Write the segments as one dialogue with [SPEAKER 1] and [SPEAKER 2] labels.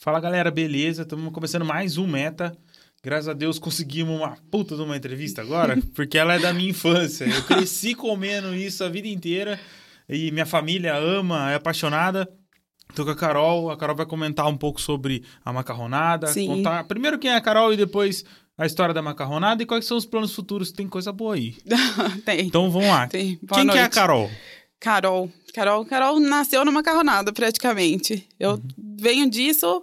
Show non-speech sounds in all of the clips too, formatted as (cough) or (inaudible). [SPEAKER 1] Fala galera, beleza? Estamos começando mais um Meta. Graças a Deus conseguimos uma puta de uma entrevista
[SPEAKER 2] (laughs)
[SPEAKER 1] agora, porque ela é da minha infância. Eu cresci comendo isso a vida inteira e minha família ama, é apaixonada. Tô com a Carol, a Carol vai comentar um pouco sobre a macarronada,
[SPEAKER 2] Sim.
[SPEAKER 1] contar primeiro quem é a Carol e depois a história da macarronada e quais são os planos futuros, tem coisa boa aí.
[SPEAKER 2] (laughs) tem.
[SPEAKER 1] Então vamos lá.
[SPEAKER 2] Tem.
[SPEAKER 1] Quem
[SPEAKER 2] Boa
[SPEAKER 1] que é a
[SPEAKER 2] noite.
[SPEAKER 1] Carol?
[SPEAKER 2] Carol. Carol. Carol nasceu na macarronada, praticamente. Eu
[SPEAKER 1] Uhum.
[SPEAKER 2] venho disso,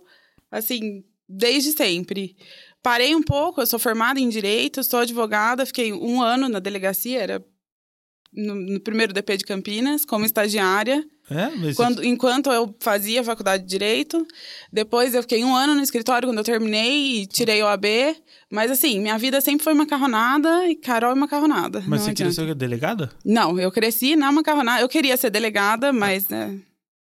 [SPEAKER 2] assim, desde sempre. Parei um pouco, eu sou formada em Direito, sou advogada, fiquei um ano na delegacia, era no, no primeiro DP de Campinas, como estagiária.
[SPEAKER 1] É, mas
[SPEAKER 2] Quando- enquanto eu fazia faculdade de Direito. Depois eu fiquei um ano no escritório quando eu terminei e tirei o AB. Mas assim, minha vida sempre foi macarronada e Carol é macarronada.
[SPEAKER 1] mas
[SPEAKER 2] não
[SPEAKER 1] você queria
[SPEAKER 2] adianta.
[SPEAKER 1] ser delegada?
[SPEAKER 2] Não, eu cresci na macarronada. Eu queria ser delegada, mas né,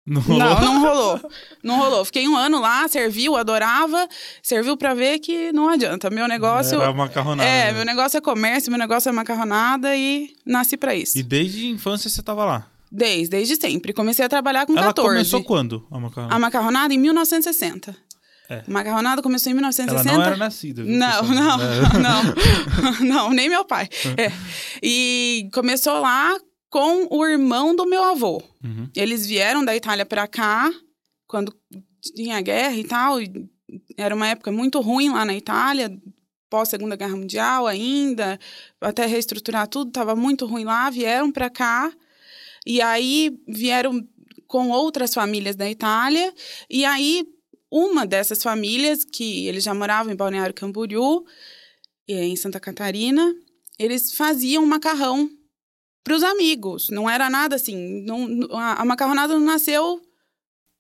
[SPEAKER 2] não,
[SPEAKER 1] rolou?
[SPEAKER 2] não rolou. Não rolou. Fiquei um ano lá, serviu, adorava. Serviu pra ver que não adianta. Meu negócio.
[SPEAKER 1] (laughs) Era macarronada.
[SPEAKER 2] É, meu negócio é comércio, meu negócio é macarronada e nasci pra isso.
[SPEAKER 1] E desde a infância você tava lá?
[SPEAKER 2] Desde, desde sempre. Comecei a trabalhar com
[SPEAKER 1] Ela
[SPEAKER 2] 14.
[SPEAKER 1] começou quando, a
[SPEAKER 2] A
[SPEAKER 1] macarronada?
[SPEAKER 2] macarronada em 1960.
[SPEAKER 1] É.
[SPEAKER 2] Macarronada começou em
[SPEAKER 1] Ela
[SPEAKER 2] 1960.
[SPEAKER 1] não era nascida. viu,
[SPEAKER 2] Não,
[SPEAKER 1] pessoal?
[SPEAKER 2] não,
[SPEAKER 1] É. Hum.
[SPEAKER 2] (laughs) não, não, nem meu pai. É. E começou lá com o irmão do meu avô.
[SPEAKER 1] Uhum.
[SPEAKER 2] Eles vieram da Itália para cá quando tinha guerra e tal. e Era uma época muito ruim lá na Itália, pós Segunda Guerra Mundial ainda, até reestruturar tudo, estava muito ruim lá. Vieram para cá e aí vieram com outras famílias da Itália e aí uma dessas famílias que eles já moravam em Balneário Camboriú, eh, em Santa Catarina, eles faziam macarrão para os amigos. Não era nada assim. não- não- a, a macarronada não nasceu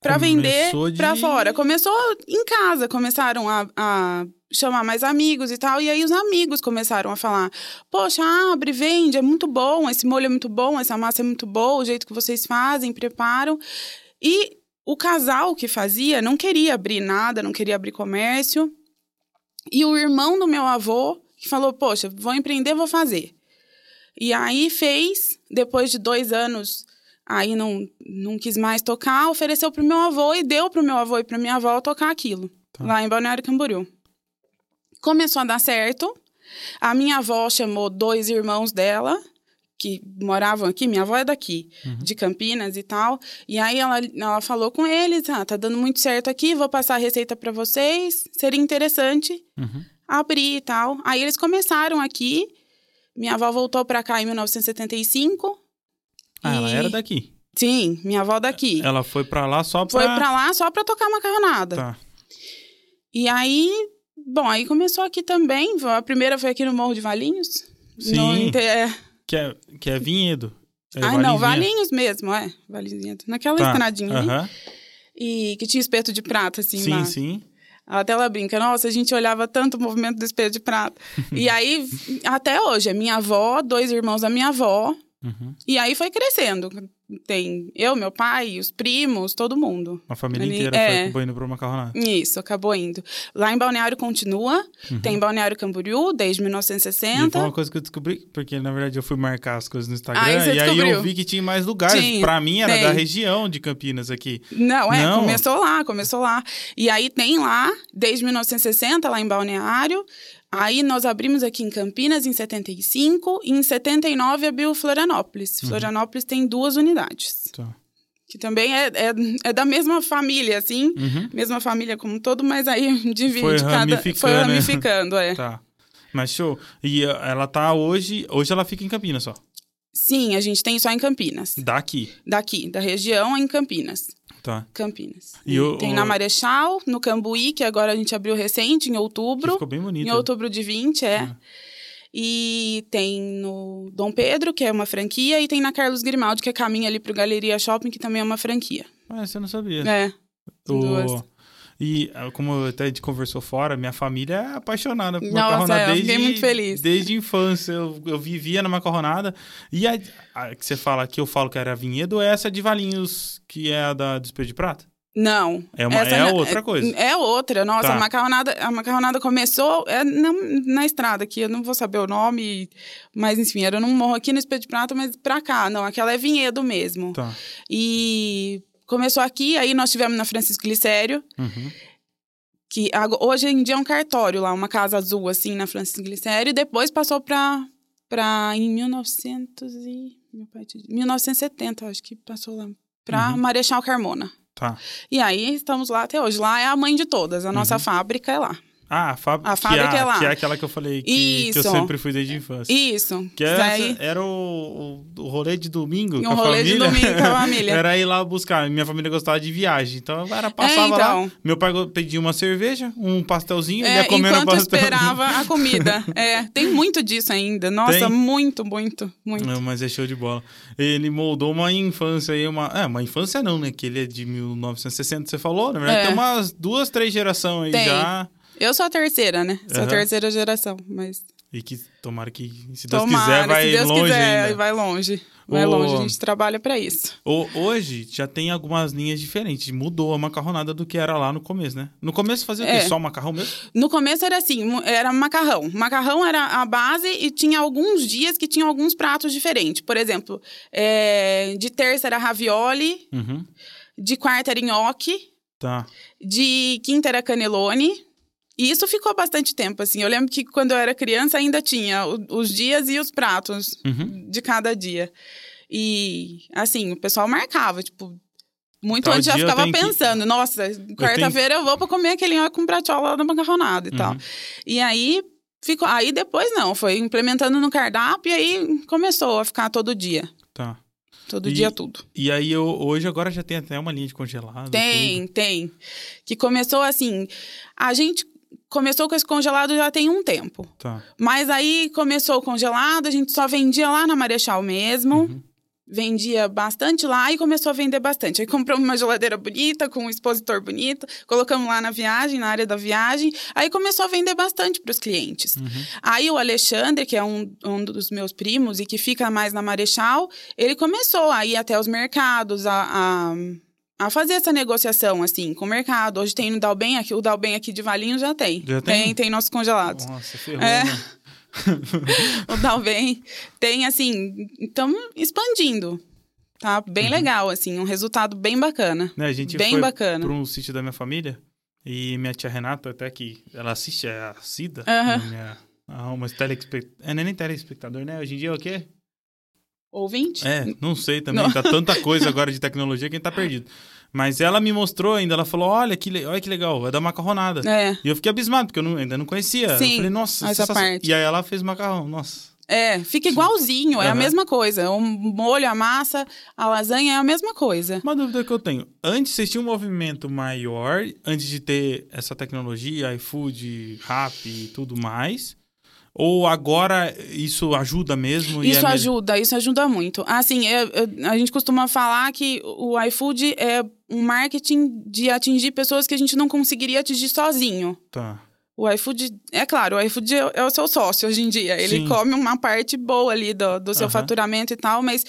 [SPEAKER 2] para vender
[SPEAKER 1] Começou de-
[SPEAKER 2] para fora. Começou em casa, começaram a, a chamar mais amigos e tal. E aí os amigos começaram a falar: Poxa, abre, vende, é muito bom. Esse molho é muito bom, essa massa é muito boa, o jeito que vocês fazem, preparam. E o casal que fazia não queria abrir nada, não queria abrir comércio. E o irmão do meu avô que falou: Poxa, vou empreender, vou fazer. E aí fez, depois de dois anos, aí não, não quis mais tocar, ofereceu pro meu avô e deu pro meu avô e pra minha avó tocar aquilo,
[SPEAKER 1] Tá.
[SPEAKER 2] lá em Balneário Camboriú. Começou a dar certo. A minha avó chamou dois irmãos dela, que moravam aqui, minha avó é daqui,
[SPEAKER 1] Uhum.
[SPEAKER 2] de Campinas e tal. E aí ela, ela falou com eles: ah, tá dando muito certo aqui, vou passar a receita pra vocês, seria interessante
[SPEAKER 1] Uhum.
[SPEAKER 2] abrir e tal. Aí eles começaram aqui. Minha avó voltou pra cá em 1975.
[SPEAKER 1] Ah, ela
[SPEAKER 2] E-
[SPEAKER 1] era daqui.
[SPEAKER 2] Sim, minha avó daqui.
[SPEAKER 1] É, Ela foi pra lá só pra...
[SPEAKER 2] Foi pra lá só pra tocar macarronada.
[SPEAKER 1] Tá.
[SPEAKER 2] E aí, bom, aí começou aqui também. A primeira foi aqui no Morro de Valinhos.
[SPEAKER 1] Sim.
[SPEAKER 2] No inte- é.
[SPEAKER 1] Que é, que é vinhedo. É
[SPEAKER 2] Ai, não,
[SPEAKER 1] Valinzinha.
[SPEAKER 2] Valinhos mesmo, é. Valinhos. Naquela
[SPEAKER 1] Tá.
[SPEAKER 2] estradinha ali.
[SPEAKER 1] Aham.
[SPEAKER 2] E que tinha espeto de prata, assim,
[SPEAKER 1] Sim,
[SPEAKER 2] lá.
[SPEAKER 1] sim.
[SPEAKER 2] Até ela brinca, nossa, a gente olhava tanto o movimento do espelho de prata. e aí, até hoje, a minha avó, dois irmãos da minha avó,
[SPEAKER 1] Uhum.
[SPEAKER 2] E aí foi crescendo. Tem eu, meu pai, os primos, todo mundo.
[SPEAKER 1] A família
[SPEAKER 2] Ali-
[SPEAKER 1] inteira
[SPEAKER 2] é.
[SPEAKER 1] foi acompanhando pra macarronada.
[SPEAKER 2] Isso, acabou indo. Lá em Balneário continua. Tem Balneário Camboriú
[SPEAKER 1] E
[SPEAKER 2] desde
[SPEAKER 1] foi
[SPEAKER 2] 1960.
[SPEAKER 1] uma coisa que eu descobri, porque na verdade eu fui marcar as coisas no Instagram,
[SPEAKER 2] Aí Ah, você
[SPEAKER 1] e aí eu
[SPEAKER 2] descobriu.
[SPEAKER 1] vi que tinha mais lugares.
[SPEAKER 2] Tinha,
[SPEAKER 1] pra mim era
[SPEAKER 2] tem.
[SPEAKER 1] da região de Campinas aqui.
[SPEAKER 2] Não, é,
[SPEAKER 1] Não.
[SPEAKER 2] começou lá, começou lá. E aí tem lá, desde 1960, lá em Balneário. Aí nós abrimos aqui em Campinas em 75 e em 79 abriu Florianópolis.
[SPEAKER 1] Uhum.
[SPEAKER 2] Florianópolis tem duas unidades,
[SPEAKER 1] Tá.
[SPEAKER 2] que também é, é, é da mesma família, assim.
[SPEAKER 1] Uhum.
[SPEAKER 2] mesma família como um todo, mas aí (laughs) divide
[SPEAKER 1] Foi
[SPEAKER 2] cada.
[SPEAKER 1] ramificando,
[SPEAKER 2] Foi
[SPEAKER 1] né?
[SPEAKER 2] ramificando, é.
[SPEAKER 1] Tá. Mas show. E uh, ela tá hoje... Hoje ela fica em Campinas só.
[SPEAKER 2] Sim, a gente tem só em Campinas.
[SPEAKER 1] Daqui.
[SPEAKER 2] Daqui, da região em Campinas.
[SPEAKER 1] Tá.
[SPEAKER 2] Campinas.
[SPEAKER 1] E o-
[SPEAKER 2] tem
[SPEAKER 1] o-
[SPEAKER 2] na Marechal, no Cambuí, que agora a gente abriu recente, em
[SPEAKER 1] Que
[SPEAKER 2] outubro.
[SPEAKER 1] Ficou bem bonito.
[SPEAKER 2] Em outubro de 20, é.
[SPEAKER 1] Ah.
[SPEAKER 2] E tem no Dom Pedro, que é uma franquia, e tem na Carlos Grimaldi, que é caminho ali pro Galeria Shopping, que também é uma franquia.
[SPEAKER 1] Ah, você não sabia.
[SPEAKER 2] É.
[SPEAKER 1] O-
[SPEAKER 2] Duas.
[SPEAKER 1] E ah, como até a gente conversou fora, minha família é apaixonada por
[SPEAKER 2] Nossa,
[SPEAKER 1] macarronada
[SPEAKER 2] eu
[SPEAKER 1] desde,
[SPEAKER 2] fiquei muito feliz.
[SPEAKER 1] desde a infância. Eu, eu vivia na macarronada. E a, a que você fala que eu falo que era a vinhedo, é essa de Valinhos, que é a da do Espelho de Prata?
[SPEAKER 2] Não.
[SPEAKER 1] É, uma,
[SPEAKER 2] Essa
[SPEAKER 1] é
[SPEAKER 2] na-
[SPEAKER 1] outra coisa.
[SPEAKER 2] É outra, nossa,
[SPEAKER 1] Tá.
[SPEAKER 2] a, macarronada, a macarronada começou é, na, na estrada aqui, eu não vou saber o nome, mas enfim, era num morro aqui no Espelho de Prata, mas pra cá, não, aquela é vinhedo mesmo.
[SPEAKER 1] Tá.
[SPEAKER 2] E começou aqui, aí nós tivemos na Francisco Glicério,
[SPEAKER 1] Uhum.
[SPEAKER 2] Que ago- hoje em dia é um cartório lá, uma casa azul, assim, na Francisco Glicério. E depois passou pra, pra em 1900 e, meu pai te- 1970, acho que passou lá, pra
[SPEAKER 1] Uhum.
[SPEAKER 2] Marechal Carmona.
[SPEAKER 1] Tá.
[SPEAKER 2] E aí, estamos lá até hoje. Lá é a mãe de todas, a nossa
[SPEAKER 1] Uhum.
[SPEAKER 2] fábrica é lá.
[SPEAKER 1] Ah, a, fáb...
[SPEAKER 2] A fábrica
[SPEAKER 1] que
[SPEAKER 2] é lá.
[SPEAKER 1] Que é aquela que eu falei que, que eu
[SPEAKER 2] Isso.
[SPEAKER 1] sempre fui desde a infância.
[SPEAKER 2] Isso.
[SPEAKER 1] Que é
[SPEAKER 2] Isso
[SPEAKER 1] essa-
[SPEAKER 2] aí.
[SPEAKER 1] era o, o- o rolê de domingo
[SPEAKER 2] Um
[SPEAKER 1] com a
[SPEAKER 2] rolê
[SPEAKER 1] família.
[SPEAKER 2] de domingo com
[SPEAKER 1] (laughs)
[SPEAKER 2] a família.
[SPEAKER 1] era ir lá buscar. Minha família gostava de viagem. Então eu era,
[SPEAKER 2] É,
[SPEAKER 1] passava lá.
[SPEAKER 2] então.
[SPEAKER 1] Meu pai go- pedia uma cerveja, um pastelzinho,
[SPEAKER 2] É,
[SPEAKER 1] ia comendo
[SPEAKER 2] enquanto
[SPEAKER 1] pastel. (laughs)
[SPEAKER 2] esperava a comida. É, tem muito disso ainda. Nossa,
[SPEAKER 1] Tem?
[SPEAKER 2] muito, muito, muito.
[SPEAKER 1] Não, mas é show de bola. Ele moldou uma infância aí, uma. É, uma infância não, né? Que ele é de 1960, você falou. né? Na verdade,
[SPEAKER 2] É.
[SPEAKER 1] tem umas duas, três gerações aí
[SPEAKER 2] Tem.
[SPEAKER 1] já.
[SPEAKER 2] Eu sou a terceira, né? Sou
[SPEAKER 1] Aham.
[SPEAKER 2] a terceira geração, mas
[SPEAKER 1] E que tomara que, se Deus
[SPEAKER 2] tomara,
[SPEAKER 1] quiser, vai
[SPEAKER 2] se Deus
[SPEAKER 1] longe
[SPEAKER 2] quiser,
[SPEAKER 1] ainda.
[SPEAKER 2] vai longe. Vai
[SPEAKER 1] Ô.
[SPEAKER 2] longe, a gente trabalha pra isso.
[SPEAKER 1] Ho- Hoje já tem algumas linhas diferentes. Mudou a macarronada do que era lá no começo, né? No começo fazia o
[SPEAKER 2] É.
[SPEAKER 1] quê? Só macarrão mesmo?
[SPEAKER 2] No começo era assim, mu- era macarrão. Macarrão era a base e tinha alguns dias que tinha alguns pratos diferentes. Por exemplo, é, de terça era ravioli,
[SPEAKER 1] Uhum.
[SPEAKER 2] de quarta era nhoque,
[SPEAKER 1] Tá.
[SPEAKER 2] de quinta era canelone. E isso ficou bastante tempo, assim. Eu lembro que quando eu era criança ainda tinha o- os dias e os pratos
[SPEAKER 1] Uhum.
[SPEAKER 2] de cada dia. E, assim, o pessoal marcava, tipo... Muito
[SPEAKER 1] Tal
[SPEAKER 2] antes já
[SPEAKER 1] dia eu
[SPEAKER 2] ficava
[SPEAKER 1] tenho que-
[SPEAKER 2] pensando, nossa, quarta-feira eu vou pra comer aquele nhoque com pratiola da macarronada e tal.
[SPEAKER 1] Uhum.
[SPEAKER 2] E aí, ficou... Aí depois não, foi implementando no cardápio e aí começou a ficar todo dia.
[SPEAKER 1] Tá.
[SPEAKER 2] Todo
[SPEAKER 1] E-
[SPEAKER 2] dia tudo.
[SPEAKER 1] E aí eu, hoje agora já tem até uma linha de congelado. tudo.
[SPEAKER 2] Tem, tem. Que começou assim. A gente começou com esse congelado já tem um tempo.
[SPEAKER 1] Tá.
[SPEAKER 2] Mas aí começou o congelado, a gente só vendia lá na Marechal mesmo.
[SPEAKER 1] Uhum.
[SPEAKER 2] Vendia bastante lá e começou a vender bastante. Aí compramos uma geladeira bonita, com um expositor bonito, colocamos lá na viagem, na área da viagem. Aí começou a vender bastante para os clientes.
[SPEAKER 1] Uhum.
[SPEAKER 2] Aí o Alexandre, que é um, um dos meus primos e que fica mais na Marechal, ele começou a ir até os mercados, a, a, a fazer essa negociação, assim, com o mercado. Hoje tem no Dalben, aqui, o Dalben aqui de Valinho já tem.
[SPEAKER 1] Já tem?
[SPEAKER 2] Tem, nossos congelados.
[SPEAKER 1] Nossa, ferrou,
[SPEAKER 2] É.
[SPEAKER 1] né?
[SPEAKER 2] O Dalben tem, assim, então expandindo. Tá bem legal, assim, um resultado bem bacana.
[SPEAKER 1] Né, A gente
[SPEAKER 2] Bem
[SPEAKER 1] foi
[SPEAKER 2] bacana.
[SPEAKER 1] para um sítio da minha família e minha tia Renata, até que ela assiste, é a Cida.
[SPEAKER 2] Aham.
[SPEAKER 1] Minha, ah, uma telespectadora. É, não é nem telespectador, né? Hoje em dia é o quê?
[SPEAKER 2] Ouvinte?
[SPEAKER 1] É, não sei também.
[SPEAKER 2] Não.
[SPEAKER 1] Tá tanta
[SPEAKER 2] (laughs)
[SPEAKER 1] coisa agora de tecnologia que a gente tá perdido. Mas ela me mostrou ainda, ela falou: olha que, le- olha que legal, é da macarronada.
[SPEAKER 2] É,
[SPEAKER 1] E eu fiquei abismado, porque eu não- ainda não conhecia. eu
[SPEAKER 2] Sim,
[SPEAKER 1] falei, nossa,
[SPEAKER 2] essa
[SPEAKER 1] sensação."
[SPEAKER 2] parte.
[SPEAKER 1] E aí ela fez macarrão, nossa.
[SPEAKER 2] é, fica igualzinho, é a
[SPEAKER 1] Aham.
[SPEAKER 2] mesma coisa. O molho, a massa, a lasanha é a mesma coisa.
[SPEAKER 1] Uma dúvida que eu tenho. Antes vocês tinham um movimento maior, antes de ter essa tecnologia, iFood, Rap e tudo mais. Ou agora isso ajuda mesmo? e é
[SPEAKER 2] Isso
[SPEAKER 1] mesmo?
[SPEAKER 2] ajuda, isso ajuda muito. Assim, eu- eu- a gente costuma falar que o iFood é um marketing de atingir pessoas que a gente não conseguiria atingir sozinho.
[SPEAKER 1] Tá.
[SPEAKER 2] O iFood, é claro, o iFood é, é o seu sócio hoje em dia. Ele
[SPEAKER 1] Sim.
[SPEAKER 2] come uma parte boa ali do, do seu
[SPEAKER 1] Aham.
[SPEAKER 2] faturamento e tal, mas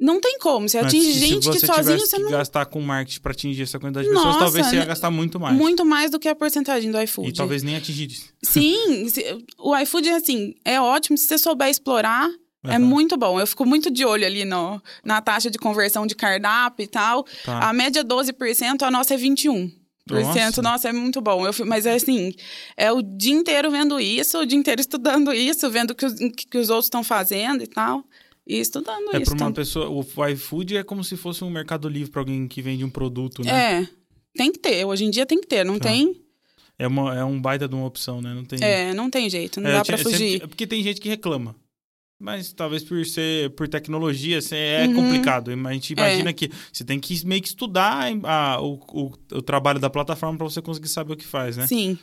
[SPEAKER 2] não tem como. Você
[SPEAKER 1] Mas
[SPEAKER 2] atinge
[SPEAKER 1] se
[SPEAKER 2] gente que
[SPEAKER 1] você
[SPEAKER 2] sozinho
[SPEAKER 1] tivesse
[SPEAKER 2] você
[SPEAKER 1] que
[SPEAKER 2] não.
[SPEAKER 1] gastar com marketing pra atingir essa quantidade de pessoas,
[SPEAKER 2] Nossa,
[SPEAKER 1] talvez você ia
[SPEAKER 2] né?
[SPEAKER 1] gastar muito mais.
[SPEAKER 2] Muito mais do que a porcentagem do iFood.
[SPEAKER 1] E talvez nem atingisse.
[SPEAKER 2] Sim, se- o iFood é assim, é ótimo se você souber explorar. É
[SPEAKER 1] Aham,
[SPEAKER 2] muito bom. Eu fico muito de olho ali no, na taxa de conversão de cardápio e tal.
[SPEAKER 1] tá.
[SPEAKER 2] A média é 12%, a nossa é 21%.
[SPEAKER 1] Nossa.
[SPEAKER 2] Nossa, é muito bom. Eu, fi- mas é assim, é o dia inteiro vendo isso, o dia inteiro estudando isso, vendo o que os, que os outros estão fazendo e tal. E estudando
[SPEAKER 1] É
[SPEAKER 2] isso.
[SPEAKER 1] para uma
[SPEAKER 2] também.
[SPEAKER 1] pessoa. O iFood é como se fosse um mercado livre para alguém que vende um produto, né?
[SPEAKER 2] É, tem que ter. Hoje em dia tem que ter, não
[SPEAKER 1] Tá.
[SPEAKER 2] tem?
[SPEAKER 1] É, uma, é um baita de uma opção, né? Não tem.
[SPEAKER 2] É, não tem jeito, não
[SPEAKER 1] É, eu
[SPEAKER 2] dá
[SPEAKER 1] tinha-
[SPEAKER 2] pra
[SPEAKER 1] eu sempre-
[SPEAKER 2] fugir.
[SPEAKER 1] é porque tem gente que reclama. Mas talvez por ser por tecnologia assim, é
[SPEAKER 2] Uhum.
[SPEAKER 1] complicado. A gente imagina que você tem que meio que estudar a- o, o- o trabalho da plataforma para você conseguir saber o que faz, né?
[SPEAKER 2] Sim.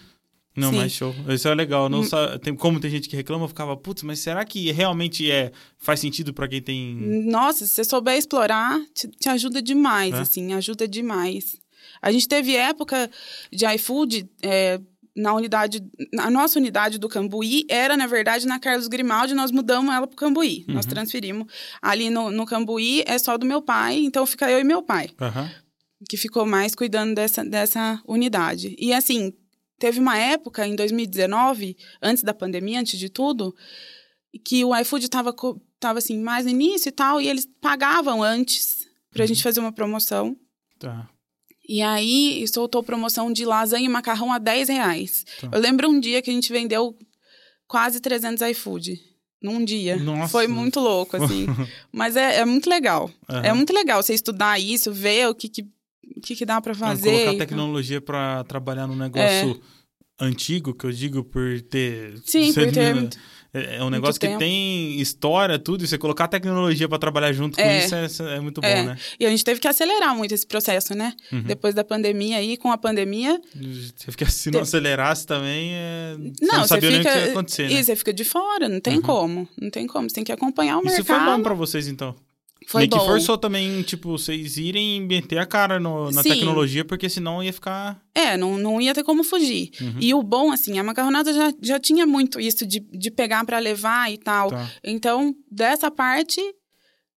[SPEAKER 1] Não,
[SPEAKER 2] Sim. Hum.
[SPEAKER 1] mas show. Isso é legal. Não sa- tem, como tem gente que reclama, eu ficava, putz, mas será que realmente é, faz sentido pra quem
[SPEAKER 2] Hum.
[SPEAKER 1] tem.
[SPEAKER 2] Nossa, se você souber explorar, te, te ajuda demais,
[SPEAKER 1] É?
[SPEAKER 2] assim, ajuda demais. A gente teve época de iFood é, na unidade, na nossa unidade do Cambuí era, na verdade, na Carlos Grimaldi, nós mudamos ela pro Cambuí, nós
[SPEAKER 1] Uhum.
[SPEAKER 2] transferimos. Ali no, no Cambuí é só do meu pai, então fica eu e meu pai
[SPEAKER 1] Aham.
[SPEAKER 2] que ficou mais cuidando dessa, dessa unidade. E assim, teve uma época em 2019, antes da pandemia, antes de tudo, que o iFood estava tava assim mais
[SPEAKER 1] Uhum.
[SPEAKER 2] no início e tal, e eles pagavam antes pra gente fazer uma promoção.
[SPEAKER 1] Tá.
[SPEAKER 2] E aí soltou promoção de lasanha e macarrão a 10 reais.
[SPEAKER 1] Tá.
[SPEAKER 2] Eu lembro um dia que a gente vendeu quase 300 iFood. Num dia.
[SPEAKER 1] Nossa.
[SPEAKER 2] Foi muito
[SPEAKER 1] (laughs)
[SPEAKER 2] louco, assim. Mas é, é muito legal.
[SPEAKER 1] Aham.
[SPEAKER 2] É muito legal você estudar isso, ver o que, que, o que, que dá pra
[SPEAKER 1] Não,
[SPEAKER 2] fazer.
[SPEAKER 1] Colocar tecnologia pra trabalhar num negócio antigo, que eu digo por ter.
[SPEAKER 2] É. Sim,
[SPEAKER 1] ser-
[SPEAKER 2] por ter-
[SPEAKER 1] É é um negócio que
[SPEAKER 2] tempo.
[SPEAKER 1] tem história, tudo, e você colocar tecnologia pra trabalhar junto com
[SPEAKER 2] É.
[SPEAKER 1] isso é, é muito bom,
[SPEAKER 2] É.
[SPEAKER 1] né?
[SPEAKER 2] E a gente teve que acelerar muito esse processo, né?
[SPEAKER 1] Uhum.
[SPEAKER 2] Depois da pandemia aí, com a pandemia,
[SPEAKER 1] Você fica, se não
[SPEAKER 2] De-
[SPEAKER 1] acelerasse também, é... você
[SPEAKER 2] Não,
[SPEAKER 1] não
[SPEAKER 2] você
[SPEAKER 1] sabia nem o
[SPEAKER 2] fica-
[SPEAKER 1] que ia acontecer, né?
[SPEAKER 2] e você fica de fora, não tem
[SPEAKER 1] Uhum.
[SPEAKER 2] como. Não tem como, você tem que acompanhar o
[SPEAKER 1] Isso foi
[SPEAKER 2] mercado.
[SPEAKER 1] bom pra vocês, então.
[SPEAKER 2] Foi
[SPEAKER 1] Meio que
[SPEAKER 2] bom.
[SPEAKER 1] forçou também, tipo, vocês irem meter a cara no- na
[SPEAKER 2] Sim.
[SPEAKER 1] tecnologia, porque senão ia ficar.
[SPEAKER 2] É, não, não ia ter como fugir.
[SPEAKER 1] Uhum.
[SPEAKER 2] E o bom, assim, a macarronada já, já tinha muito isso de, de pegar pra levar e tal.
[SPEAKER 1] Tá.
[SPEAKER 2] Então, dessa parte,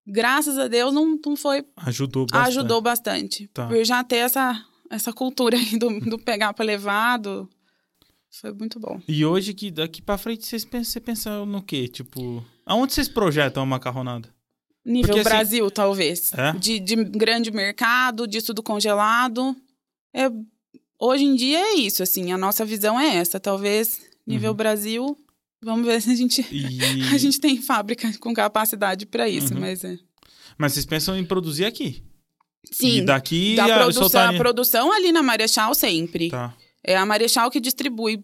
[SPEAKER 2] graças a Deus, não, não foi.
[SPEAKER 1] Ajudou bastante.
[SPEAKER 2] Ajudou bastante.
[SPEAKER 1] né? Tá.
[SPEAKER 2] Por já ter essa, essa cultura aí do, do pegar pra levar. do- Foi muito bom.
[SPEAKER 1] E hoje, que daqui pra frente, vocês pensam, você pensa no quê? Tipo, aonde vocês projetam a macarronada?
[SPEAKER 2] Nível
[SPEAKER 1] Porque, assim,
[SPEAKER 2] Brasil, talvez.
[SPEAKER 1] É?
[SPEAKER 2] De, de grande mercado, disso do congelado. É, hoje em dia é isso, assim. A nossa visão é essa. Talvez nível
[SPEAKER 1] Uhum.
[SPEAKER 2] Brasil. Vamos ver se a gente,
[SPEAKER 1] E...
[SPEAKER 2] (laughs) a gente tem fábrica com capacidade para isso,
[SPEAKER 1] Uhum.
[SPEAKER 2] mas é.
[SPEAKER 1] Mas vocês pensam em produzir aqui?
[SPEAKER 2] Sim.
[SPEAKER 1] E tá daqui
[SPEAKER 2] da
[SPEAKER 1] a...
[SPEAKER 2] produção,
[SPEAKER 1] soltar...
[SPEAKER 2] a produção ali na Marechal sempre.
[SPEAKER 1] Tá.
[SPEAKER 2] É a Marechal que distribui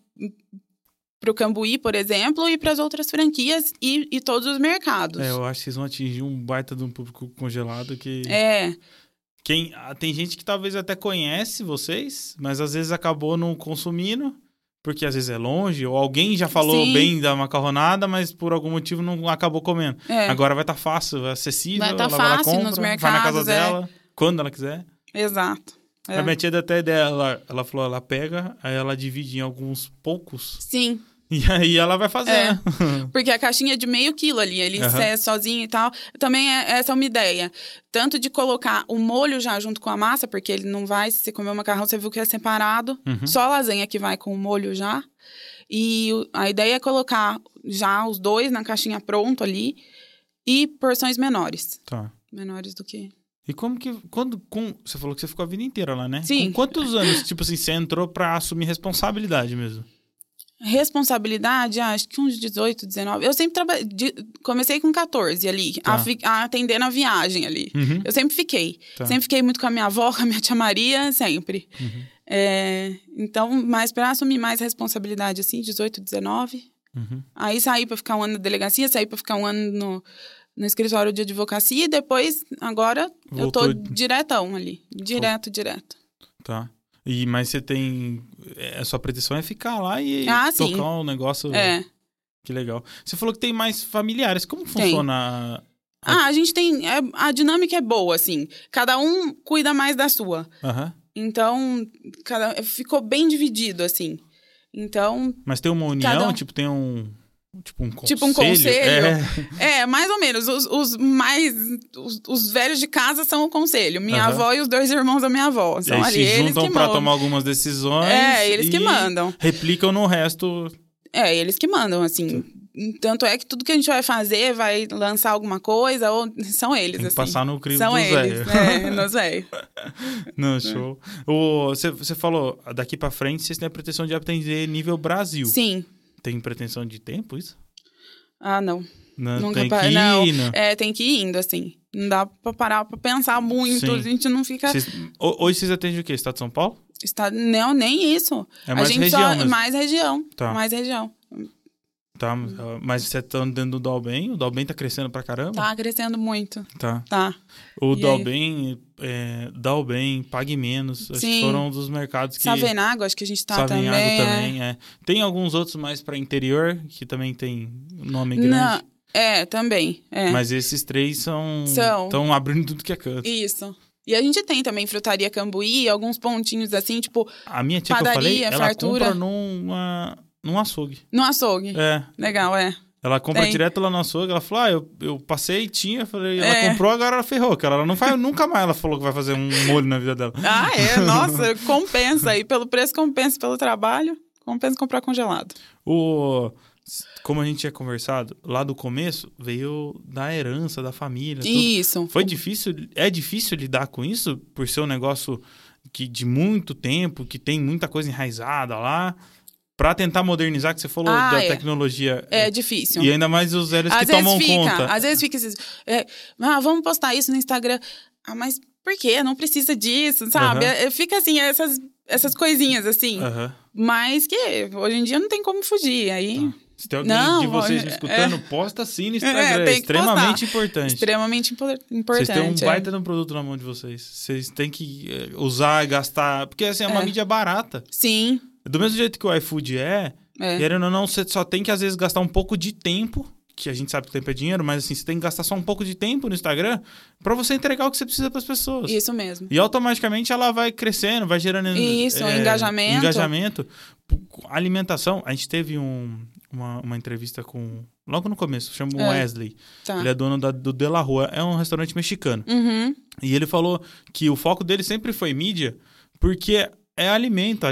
[SPEAKER 2] para o Cambuí, por exemplo, e para as outras franquias e, e todos os mercados.
[SPEAKER 1] É, eu acho que vocês vão atingir um baita de um público congelado que...
[SPEAKER 2] É,
[SPEAKER 1] Quem, ah, tem gente que talvez até conhece vocês, mas às vezes acabou não consumindo, porque às vezes é longe, ou alguém já falou
[SPEAKER 2] Sim.
[SPEAKER 1] bem da macarronada, mas por algum motivo não acabou comendo.
[SPEAKER 2] é,
[SPEAKER 1] Agora vai estar fácil, é acessível,
[SPEAKER 2] Vai tá
[SPEAKER 1] ela vai lá,
[SPEAKER 2] fácil
[SPEAKER 1] compra,
[SPEAKER 2] nos
[SPEAKER 1] vai na casa
[SPEAKER 2] mercados, é.
[SPEAKER 1] dela, quando ela quiser.
[SPEAKER 2] exato. É.
[SPEAKER 1] A minha tia deu até ideia, ela, ela falou, ela pega, aí ela divide em alguns poucos, (laughs)
[SPEAKER 2] Sim.
[SPEAKER 1] e aí ela vai fazer.
[SPEAKER 2] É. Porque a caixinha é de meio quilo ali, ele
[SPEAKER 1] Aham.
[SPEAKER 2] é sozinho e tal. Também é, essa é uma ideia. Tanto de colocar o molho já junto com a massa, porque ele não vai, se você comer o macarrão, você viu que é separado.
[SPEAKER 1] Uhum.
[SPEAKER 2] Só a lasanha que vai com o molho já. E o- a ideia é colocar já os dois na caixinha pronto ali. E porções menores.
[SPEAKER 1] Tá.
[SPEAKER 2] Menores do que.
[SPEAKER 1] E como que, quando, com, você falou que você ficou a vida inteira lá, né?
[SPEAKER 2] Sim.
[SPEAKER 1] Com quantos anos, (laughs) tipo assim, você entrou pra assumir responsabilidade mesmo?
[SPEAKER 2] Responsabilidade, ah, acho que um uns 18, 19. Eu sempre trabalhei. de- Comecei com 14 ali,
[SPEAKER 1] Tá.
[SPEAKER 2] a fi- a atendendo a viagem ali.
[SPEAKER 1] Uhum.
[SPEAKER 2] Eu sempre fiquei.
[SPEAKER 1] Tá.
[SPEAKER 2] Sempre fiquei muito com a minha avó, (laughs) com a minha tia Maria, sempre.
[SPEAKER 1] Uhum.
[SPEAKER 2] É, então, mas para assumir mais responsabilidade, assim, 18, 19.
[SPEAKER 1] Uhum.
[SPEAKER 2] Aí saí para ficar um ano na delegacia, saí para ficar um ano no, no escritório de advocacia e depois, agora, eu tô
[SPEAKER 1] Voltou.
[SPEAKER 2] diretão ali. Direto, direto.
[SPEAKER 1] Tá. E, mas você tem. é, A sua pretensão é ficar lá e
[SPEAKER 2] Ah, sim.
[SPEAKER 1] tocar um negócio.
[SPEAKER 2] É.
[SPEAKER 1] Que legal. Você falou que tem mais familiares. Como funciona?
[SPEAKER 2] Ah, a gente tem. é- a dinâmica é boa, assim. Cada um cuida mais da sua.
[SPEAKER 1] Aham.
[SPEAKER 2] Então, cada, ficou bem dividido, assim. Então,
[SPEAKER 1] Mas tem uma
[SPEAKER 2] Cada
[SPEAKER 1] união,
[SPEAKER 2] um.
[SPEAKER 1] tipo, tem um. Tipo um conselho.
[SPEAKER 2] Tipo um conselho.
[SPEAKER 1] É.
[SPEAKER 2] É, mais ou menos. Os, os mais. Os, os velhos de casa são o conselho. Minha
[SPEAKER 1] Aham.
[SPEAKER 2] avó e os dois irmãos da minha avó.
[SPEAKER 1] E
[SPEAKER 2] São
[SPEAKER 1] aí
[SPEAKER 2] ali
[SPEAKER 1] se
[SPEAKER 2] eles
[SPEAKER 1] juntam
[SPEAKER 2] que
[SPEAKER 1] pra
[SPEAKER 2] mandam.
[SPEAKER 1] tomar algumas decisões.
[SPEAKER 2] É, eles que
[SPEAKER 1] e
[SPEAKER 2] mandam.
[SPEAKER 1] Replicam no resto.
[SPEAKER 2] É, eles que mandam, assim. Tanto é que tudo que a gente vai fazer, vai lançar alguma coisa, ou são eles,
[SPEAKER 1] Tem que
[SPEAKER 2] assim.
[SPEAKER 1] passar no crivo
[SPEAKER 2] são
[SPEAKER 1] do velho.
[SPEAKER 2] eles, né?
[SPEAKER 1] (laughs)
[SPEAKER 2] Nós velhos.
[SPEAKER 1] Não,
[SPEAKER 2] Né?
[SPEAKER 1] show. O- Você você falou, daqui pra frente vocês têm a pretensão de atender nível Brasil.
[SPEAKER 2] Sim.
[SPEAKER 1] Tem pretensão de tempo isso?
[SPEAKER 2] Ah, não.
[SPEAKER 1] Não,
[SPEAKER 2] Nunca
[SPEAKER 1] tem
[SPEAKER 2] pa-
[SPEAKER 1] que ir,
[SPEAKER 2] não.
[SPEAKER 1] não.
[SPEAKER 2] É, tem que ir indo, assim. Não dá pra parar pra pensar muito.
[SPEAKER 1] Sim.
[SPEAKER 2] A gente não fica.
[SPEAKER 1] Vocês- ho- hoje vocês atendem o quê? Estado de São Paulo?
[SPEAKER 2] Está... Não, nem isso.
[SPEAKER 1] É mais
[SPEAKER 2] a gente
[SPEAKER 1] região
[SPEAKER 2] só.
[SPEAKER 1] mesmo.
[SPEAKER 2] Mais região.
[SPEAKER 1] Tá.
[SPEAKER 2] Mais região.
[SPEAKER 1] Tá, mas você tá dentro do Dalben? O Dalben tá crescendo pra caramba?
[SPEAKER 2] Tá crescendo muito,
[SPEAKER 1] Tá.
[SPEAKER 2] tá.
[SPEAKER 1] O
[SPEAKER 2] E aí?
[SPEAKER 1] Dalben, é, Dalben, Pague Menos, acho que
[SPEAKER 2] Sim.
[SPEAKER 1] foram um dos mercados que...
[SPEAKER 2] Savenago, acho que a gente tá
[SPEAKER 1] Savinhago
[SPEAKER 2] também. é.
[SPEAKER 1] também, é. Tem alguns outros mais pra interior, que também tem nome grande.
[SPEAKER 2] Não, é, também. É.
[SPEAKER 1] Mas esses três são...
[SPEAKER 2] São.
[SPEAKER 1] Estão abrindo tudo que é canto.
[SPEAKER 2] Isso. E a gente tem também frutaria Cambuí, alguns pontinhos assim, tipo,
[SPEAKER 1] A minha tia
[SPEAKER 2] Padaria,
[SPEAKER 1] que eu falei,
[SPEAKER 2] fartura.
[SPEAKER 1] ela compra numa, num açougue.
[SPEAKER 2] no açougue.
[SPEAKER 1] É,
[SPEAKER 2] Legal, é.
[SPEAKER 1] Ela compra
[SPEAKER 2] Tem.
[SPEAKER 1] direto lá no açougue. Ela falou: Ah, eu, eu passei, tinha. eu Falei, ela
[SPEAKER 2] É.
[SPEAKER 1] comprou, agora ela ferrou. Cara. Ela não
[SPEAKER 2] (laughs)
[SPEAKER 1] faz nunca mais. Ela falou que vai fazer um molho na vida dela.
[SPEAKER 2] Ah,
[SPEAKER 1] (laughs)
[SPEAKER 2] é, nossa, compensa aí. Pelo preço, compensa. Pelo trabalho, compensa comprar
[SPEAKER 1] É
[SPEAKER 2] congelado.
[SPEAKER 1] O, como a gente tinha conversado, lá do começo, veio da herança, da família. tudo.
[SPEAKER 2] Isso.
[SPEAKER 1] Foi difícil? É difícil lidar com isso? Por ser um negócio que de muito tempo, que tem muita coisa enraizada lá, para tentar modernizar, que você falou
[SPEAKER 2] Ah,
[SPEAKER 1] da
[SPEAKER 2] é.
[SPEAKER 1] tecnologia.
[SPEAKER 2] É difícil.
[SPEAKER 1] E ainda mais os velhos que
[SPEAKER 2] às vezes
[SPEAKER 1] tomam
[SPEAKER 2] fica, assim.
[SPEAKER 1] conta.
[SPEAKER 2] às vezes fica esses, é, ah, vamos postar isso no Instagram. Ah, mas por quê? Não precisa disso, sabe?
[SPEAKER 1] Aham. É.
[SPEAKER 2] É, é, Fica assim, essas, essas coisinhas assim.
[SPEAKER 1] Aham.
[SPEAKER 2] Mas que hoje em dia não tem como fugir. Aí,
[SPEAKER 1] Se tem alguém
[SPEAKER 2] Não,
[SPEAKER 1] de vocês me
[SPEAKER 2] é.
[SPEAKER 1] escutando, posta sim no Instagram.
[SPEAKER 2] É,
[SPEAKER 1] É
[SPEAKER 2] tem que
[SPEAKER 1] extremamente importante.
[SPEAKER 2] extremamente impor- importante.
[SPEAKER 1] Vocês têm um
[SPEAKER 2] é.
[SPEAKER 1] baita de um produto na mão de vocês. Vocês têm que eh, usar, gastar. Porque assim, é uma
[SPEAKER 2] É.
[SPEAKER 1] mídia barata.
[SPEAKER 2] Sim.
[SPEAKER 1] Do mesmo jeito que o iFood é,
[SPEAKER 2] é.
[SPEAKER 1] querendo ou não, você só tem que às vezes gastar um pouco de tempo. Que a gente sabe que tempo é dinheiro, mas assim, você tem que gastar só um pouco de tempo no Instagram pra você entregar o que você precisa pras pessoas.
[SPEAKER 2] Isso mesmo.
[SPEAKER 1] E automaticamente ela vai crescendo, vai gerando é,
[SPEAKER 2] Isso, um engajamento.
[SPEAKER 1] engajamento. P- Alimentação. A gente teve um- uma, uma entrevista com. Logo no começo, chama o
[SPEAKER 2] É.
[SPEAKER 1] Wesley.
[SPEAKER 2] Tá.
[SPEAKER 1] Ele é dono da- do De La Rua. É um restaurante mexicano.
[SPEAKER 2] Uhum.
[SPEAKER 1] E ele falou que o foco dele sempre foi mídia, porque é alimento.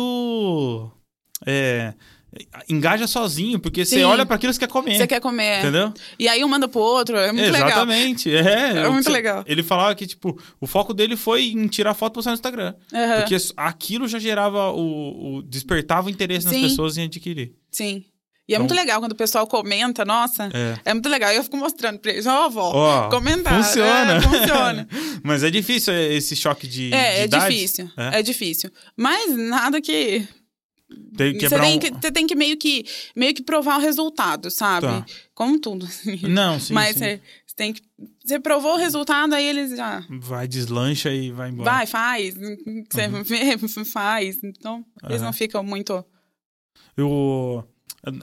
[SPEAKER 1] Alimento. É, engaja sozinho, porque você
[SPEAKER 2] Sim.
[SPEAKER 1] olha para aquilo que você quer comer.
[SPEAKER 2] Você quer comer.
[SPEAKER 1] Entendeu?
[SPEAKER 2] E aí um manda pro outro. É muito legal.
[SPEAKER 1] Exatamente. É,
[SPEAKER 2] É
[SPEAKER 1] o que
[SPEAKER 2] muito
[SPEAKER 1] você-
[SPEAKER 2] legal.
[SPEAKER 1] Ele falava que, tipo, o foco dele foi em tirar foto e postar no Instagram.
[SPEAKER 2] Aham.
[SPEAKER 1] Porque s- aquilo já gerava o. o- despertava o interesse
[SPEAKER 2] Sim.
[SPEAKER 1] nas pessoas em adquirir.
[SPEAKER 2] Sim. E é
[SPEAKER 1] Então-
[SPEAKER 2] muito legal quando o pessoal comenta, nossa.
[SPEAKER 1] É.
[SPEAKER 2] É muito legal. E eu fico mostrando pra eles, ó, avó,
[SPEAKER 1] Ó,
[SPEAKER 2] comentar.
[SPEAKER 1] funciona.
[SPEAKER 2] É, funciona.
[SPEAKER 1] (laughs) Mas é difícil é, esse choque de. de
[SPEAKER 2] é, é
[SPEAKER 1] idades.
[SPEAKER 2] difícil.
[SPEAKER 1] É.
[SPEAKER 2] É. difícil. Mas nada que.
[SPEAKER 1] Tem que
[SPEAKER 2] Você
[SPEAKER 1] quebrar
[SPEAKER 2] tem,
[SPEAKER 1] um-
[SPEAKER 2] que, você tem que meio que meio que provar o resultado, sabe?
[SPEAKER 1] Tá.
[SPEAKER 2] Como tudo. assim.
[SPEAKER 1] Não, sim.
[SPEAKER 2] (laughs) Mas
[SPEAKER 1] sim.
[SPEAKER 2] Você, você tem que. Você provou o resultado, aí eles já.
[SPEAKER 1] Vai, deslancha e vai embora.
[SPEAKER 2] Vai, faz. hum, Você vê, (laughs) faz. Então, eles
[SPEAKER 1] Aham.
[SPEAKER 2] não ficam muito.
[SPEAKER 1] Eu.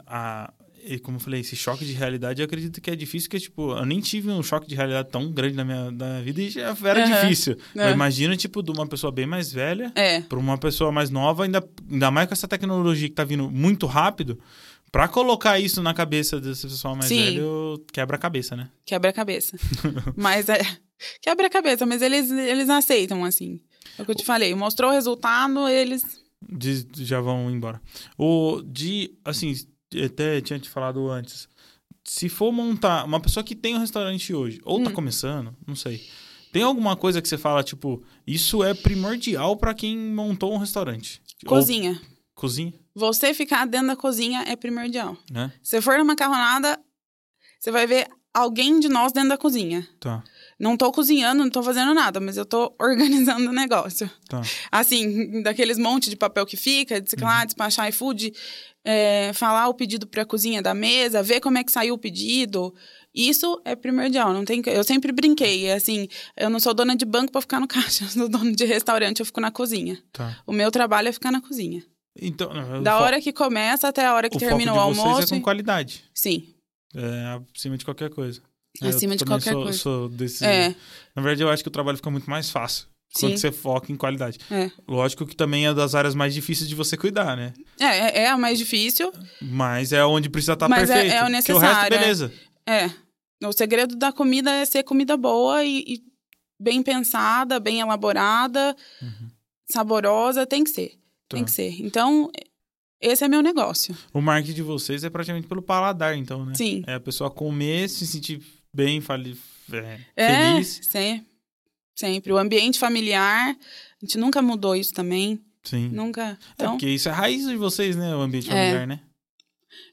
[SPEAKER 1] a- e como eu falei, esse choque de realidade eu acredito que é difícil, porque, tipo, eu nem tive um choque de realidade tão grande na minha, na minha vida e já era
[SPEAKER 2] Aham.
[SPEAKER 1] difícil.
[SPEAKER 2] É.
[SPEAKER 1] Eu imagino, tipo, de uma pessoa bem mais velha
[SPEAKER 2] É.
[SPEAKER 1] para uma pessoa mais nova, ainda, ainda mais com essa tecnologia que tá vindo muito rápido, pra colocar isso na cabeça desse pessoal mais
[SPEAKER 2] Sim.
[SPEAKER 1] velho, quebra a cabeça, né? (laughs)
[SPEAKER 2] Quebra-cabeça. mas é. Quebra-cabeça, mas eles, eles aceitam, assim. É o que eu te falei. Mostrou o resultado, eles.
[SPEAKER 1] De- já vão embora. O de, assim, até tinha te falado antes. Se for montar uma pessoa que tem um restaurante hoje, ou
[SPEAKER 2] Hum.
[SPEAKER 1] tá começando, não sei. Tem alguma coisa que você fala, tipo, isso é primordial pra quem montou um restaurante?
[SPEAKER 2] Cozinha.
[SPEAKER 1] Ou, cozinha,
[SPEAKER 2] Você ficar dentro da cozinha é primordial.
[SPEAKER 1] né?
[SPEAKER 2] Se for na macarronada, você vai ver alguém de nós dentro da cozinha.
[SPEAKER 1] Tá.
[SPEAKER 2] Não tô cozinhando, não tô fazendo nada, mas eu tô (laughs) organizando o negócio.
[SPEAKER 1] Tá.
[SPEAKER 2] Assim, daqueles monte de papel que fica, de sei
[SPEAKER 1] Uhum.
[SPEAKER 2] lá, despachar iFood, é, falar o pedido pra cozinha da mesa, ver como é que saiu o pedido. Isso é primordial, não tem. que- Eu sempre brinquei, é assim, eu não sou dona de banco pra ficar no (laughs) caixa, eu sou dona de restaurante, eu fico na cozinha.
[SPEAKER 1] Tá.
[SPEAKER 2] O meu trabalho é ficar na cozinha.
[SPEAKER 1] Então, não,
[SPEAKER 2] Da
[SPEAKER 1] o fo-
[SPEAKER 2] hora que começa até a hora que
[SPEAKER 1] o
[SPEAKER 2] termina o
[SPEAKER 1] foco de
[SPEAKER 2] almoço.
[SPEAKER 1] vocês é com qualidade.
[SPEAKER 2] Sim,
[SPEAKER 1] É, acima de qualquer coisa.
[SPEAKER 2] Acima
[SPEAKER 1] eu
[SPEAKER 2] de
[SPEAKER 1] também
[SPEAKER 2] qualquer
[SPEAKER 1] sou-
[SPEAKER 2] coisa.
[SPEAKER 1] sou desse-
[SPEAKER 2] é,
[SPEAKER 1] Na verdade, eu acho que o trabalho fica muito mais fácil
[SPEAKER 2] Sim.
[SPEAKER 1] quando você foca em qualidade.
[SPEAKER 2] é.
[SPEAKER 1] Lógico que também é das áreas mais difíceis de você cuidar, né?
[SPEAKER 2] É, é, é a mais difícil.
[SPEAKER 1] Mas é onde precisa estar
[SPEAKER 2] Mas é-
[SPEAKER 1] perfeito.
[SPEAKER 2] é o
[SPEAKER 1] porque resto,
[SPEAKER 2] necessário, é.
[SPEAKER 1] beleza.
[SPEAKER 2] É. O segredo da comida é ser comida boa e, e bem pensada, bem elaborada, saborosa, tem que ser.
[SPEAKER 1] Uhum.
[SPEAKER 2] Tem
[SPEAKER 1] Tá.
[SPEAKER 2] que ser. Então, esse é meu negócio.
[SPEAKER 1] Então, O marketing de vocês é praticamente pelo paladar, então, né?
[SPEAKER 2] Sim.
[SPEAKER 1] É a pessoa comer, se sentir bem, fali... é,
[SPEAKER 2] É,
[SPEAKER 1] feliz.
[SPEAKER 2] se- sempre. O ambiente familiar, a gente nunca mudou isso também.
[SPEAKER 1] Sim.
[SPEAKER 2] Nunca.
[SPEAKER 1] É
[SPEAKER 2] Então,
[SPEAKER 1] porque isso é a raiz de vocês, né? O ambiente
[SPEAKER 2] É.
[SPEAKER 1] familiar, né?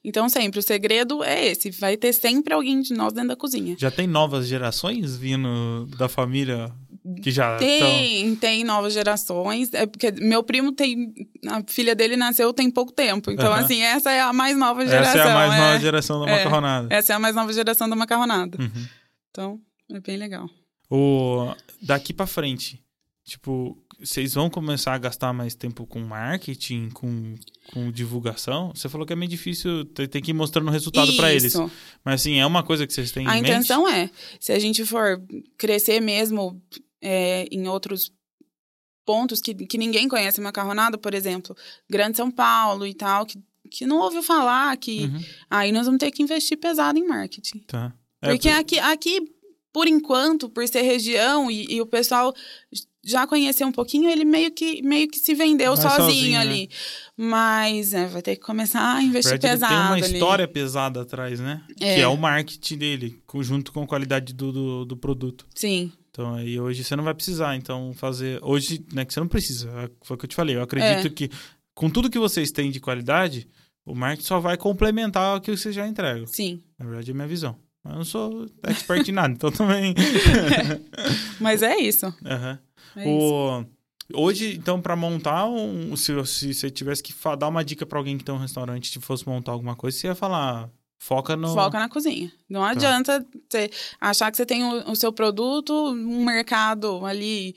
[SPEAKER 2] então, sempre. O segredo é esse. Vai ter sempre alguém de nós dentro da cozinha.
[SPEAKER 1] Já tem novas gerações vindo da família que já estão...
[SPEAKER 2] Tem, tem novas gerações. É porque meu primo tem. A filha dele nasceu tem pouco tempo. Então,
[SPEAKER 1] Aham.
[SPEAKER 2] assim, essa é a mais nova geração.
[SPEAKER 1] Essa é a mais
[SPEAKER 2] é.
[SPEAKER 1] nova geração da
[SPEAKER 2] É.
[SPEAKER 1] macarronada.
[SPEAKER 2] Essa é a mais nova geração da macarronada.
[SPEAKER 1] Uhum.
[SPEAKER 2] Então, é bem legal.
[SPEAKER 1] O, daqui pra frente, tipo, vocês vão começar a gastar mais tempo com marketing, com, com divulgação? Você falou que é meio difícil, te- tem que ir mostrando o resultado pra eles.
[SPEAKER 2] Isso.
[SPEAKER 1] Mas assim, é uma coisa que vocês têm
[SPEAKER 2] A
[SPEAKER 1] em mente?
[SPEAKER 2] intenção é, se a gente for crescer mesmo é, em outros pontos que, que ninguém conhece macarronada, por exemplo, Grande São Paulo e tal, que, que não ouviu falar, que
[SPEAKER 1] Uhum,
[SPEAKER 2] aí nós vamos ter que investir pesado em marketing.
[SPEAKER 1] tá. É,
[SPEAKER 2] Porque aqui, aqui, por enquanto, por ser região e, e o pessoal já conhecer um pouquinho, ele meio que, meio que se vendeu
[SPEAKER 1] Vai
[SPEAKER 2] sozinho,
[SPEAKER 1] sozinho, né?
[SPEAKER 2] ali. Mas é, vai ter que começar a
[SPEAKER 1] na
[SPEAKER 2] investir
[SPEAKER 1] verdade, ele
[SPEAKER 2] pesado
[SPEAKER 1] Tem uma
[SPEAKER 2] ali.
[SPEAKER 1] história pesada atrás, né?
[SPEAKER 2] É.
[SPEAKER 1] Que é o marketing dele, co- junto com a qualidade do, do, do produto.
[SPEAKER 2] Sim.
[SPEAKER 1] Então, aí hoje você não vai precisar, então, fazer. Hoje, né, que você não precisa. Foi o que eu te falei. Eu acredito
[SPEAKER 2] É.
[SPEAKER 1] que com tudo que vocês têm de qualidade, o marketing só vai complementar aquilo que vocês já entregam.
[SPEAKER 2] Sim.
[SPEAKER 1] Na verdade, é a minha visão. Mas eu não sou expert em nada, (laughs) então também.
[SPEAKER 2] Mas é isso.
[SPEAKER 1] Aham.
[SPEAKER 2] É isso.
[SPEAKER 1] O- Hoje, então, pra montar um. Se, se você tivesse que fa- dar uma dica pra alguém que tem um restaurante e fosse montar alguma coisa, você ia falar. Foca no. Tá.
[SPEAKER 2] Foca na cozinha. Não adianta você achar que você tem o, o seu produto, um mercado ali.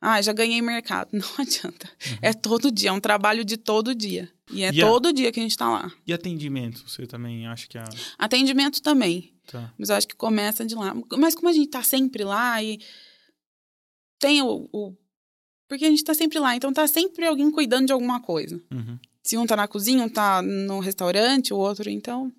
[SPEAKER 2] Ah, já ganhei mercado. (laughs) Não adianta. É todo dia, é um trabalho de todo dia. E é
[SPEAKER 1] Uhum. E a-
[SPEAKER 2] todo dia que a gente tá lá.
[SPEAKER 1] E atendimento, você também acha que é.
[SPEAKER 2] Atendimento também.
[SPEAKER 1] Tá.
[SPEAKER 2] Mas eu acho que começa de lá. Mas como a gente tá sempre lá e tem o. o- Porque a gente tá sempre lá, então tá sempre alguém cuidando de alguma coisa.
[SPEAKER 1] Uhum.
[SPEAKER 2] Se um tá na cozinha, um tá no restaurante, o outro, então.